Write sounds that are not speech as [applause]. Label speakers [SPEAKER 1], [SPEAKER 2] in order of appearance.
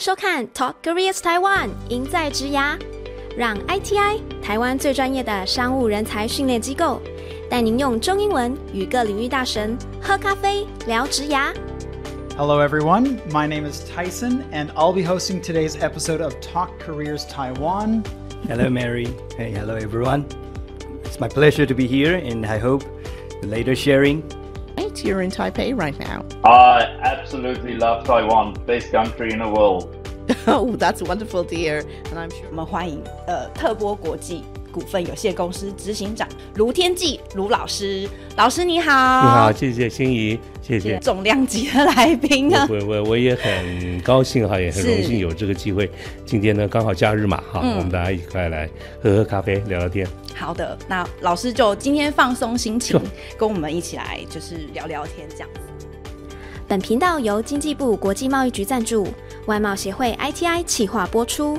[SPEAKER 1] 收看 Talk Korea Taiwan，赢在职涯，让 ITI 台湾最专业的商务人才训练机构，带您用中英文与各领域大神喝咖啡聊职涯。
[SPEAKER 2] Hello, everyone. My name is Tyson, and I'll be hosting today's episode of Talk Careers Taiwan.
[SPEAKER 3] Hello, Mary. Hey, hello, everyone. It's my pleasure to be here, and I hope the later sharing.
[SPEAKER 4] Right, you're in Taipei right now. [laughs]
[SPEAKER 5] I absolutely love Taiwan, best country in the world.
[SPEAKER 4] Oh, that's wonderful, dear. And I'm sure
[SPEAKER 6] 我们欢迎呃特波国际股份有限公司执行长卢天记卢老师，老师你好，
[SPEAKER 7] 你好，谢谢心怡，谢谢。
[SPEAKER 6] 重量级的来宾啊，
[SPEAKER 7] 我我我也很高兴哈，也很荣
[SPEAKER 6] 是
[SPEAKER 7] 幸有这个机会。今天呢，刚好假日嘛哈，我们大家一块来喝喝咖啡，聊聊天。
[SPEAKER 6] 好的，那老师就今天放松心
[SPEAKER 7] [laughs]
[SPEAKER 6] 情，跟我们一起来就是聊聊天这样子。
[SPEAKER 1] 本频道由经济部国际贸易局赞助，外贸协会 ITI 企划播出。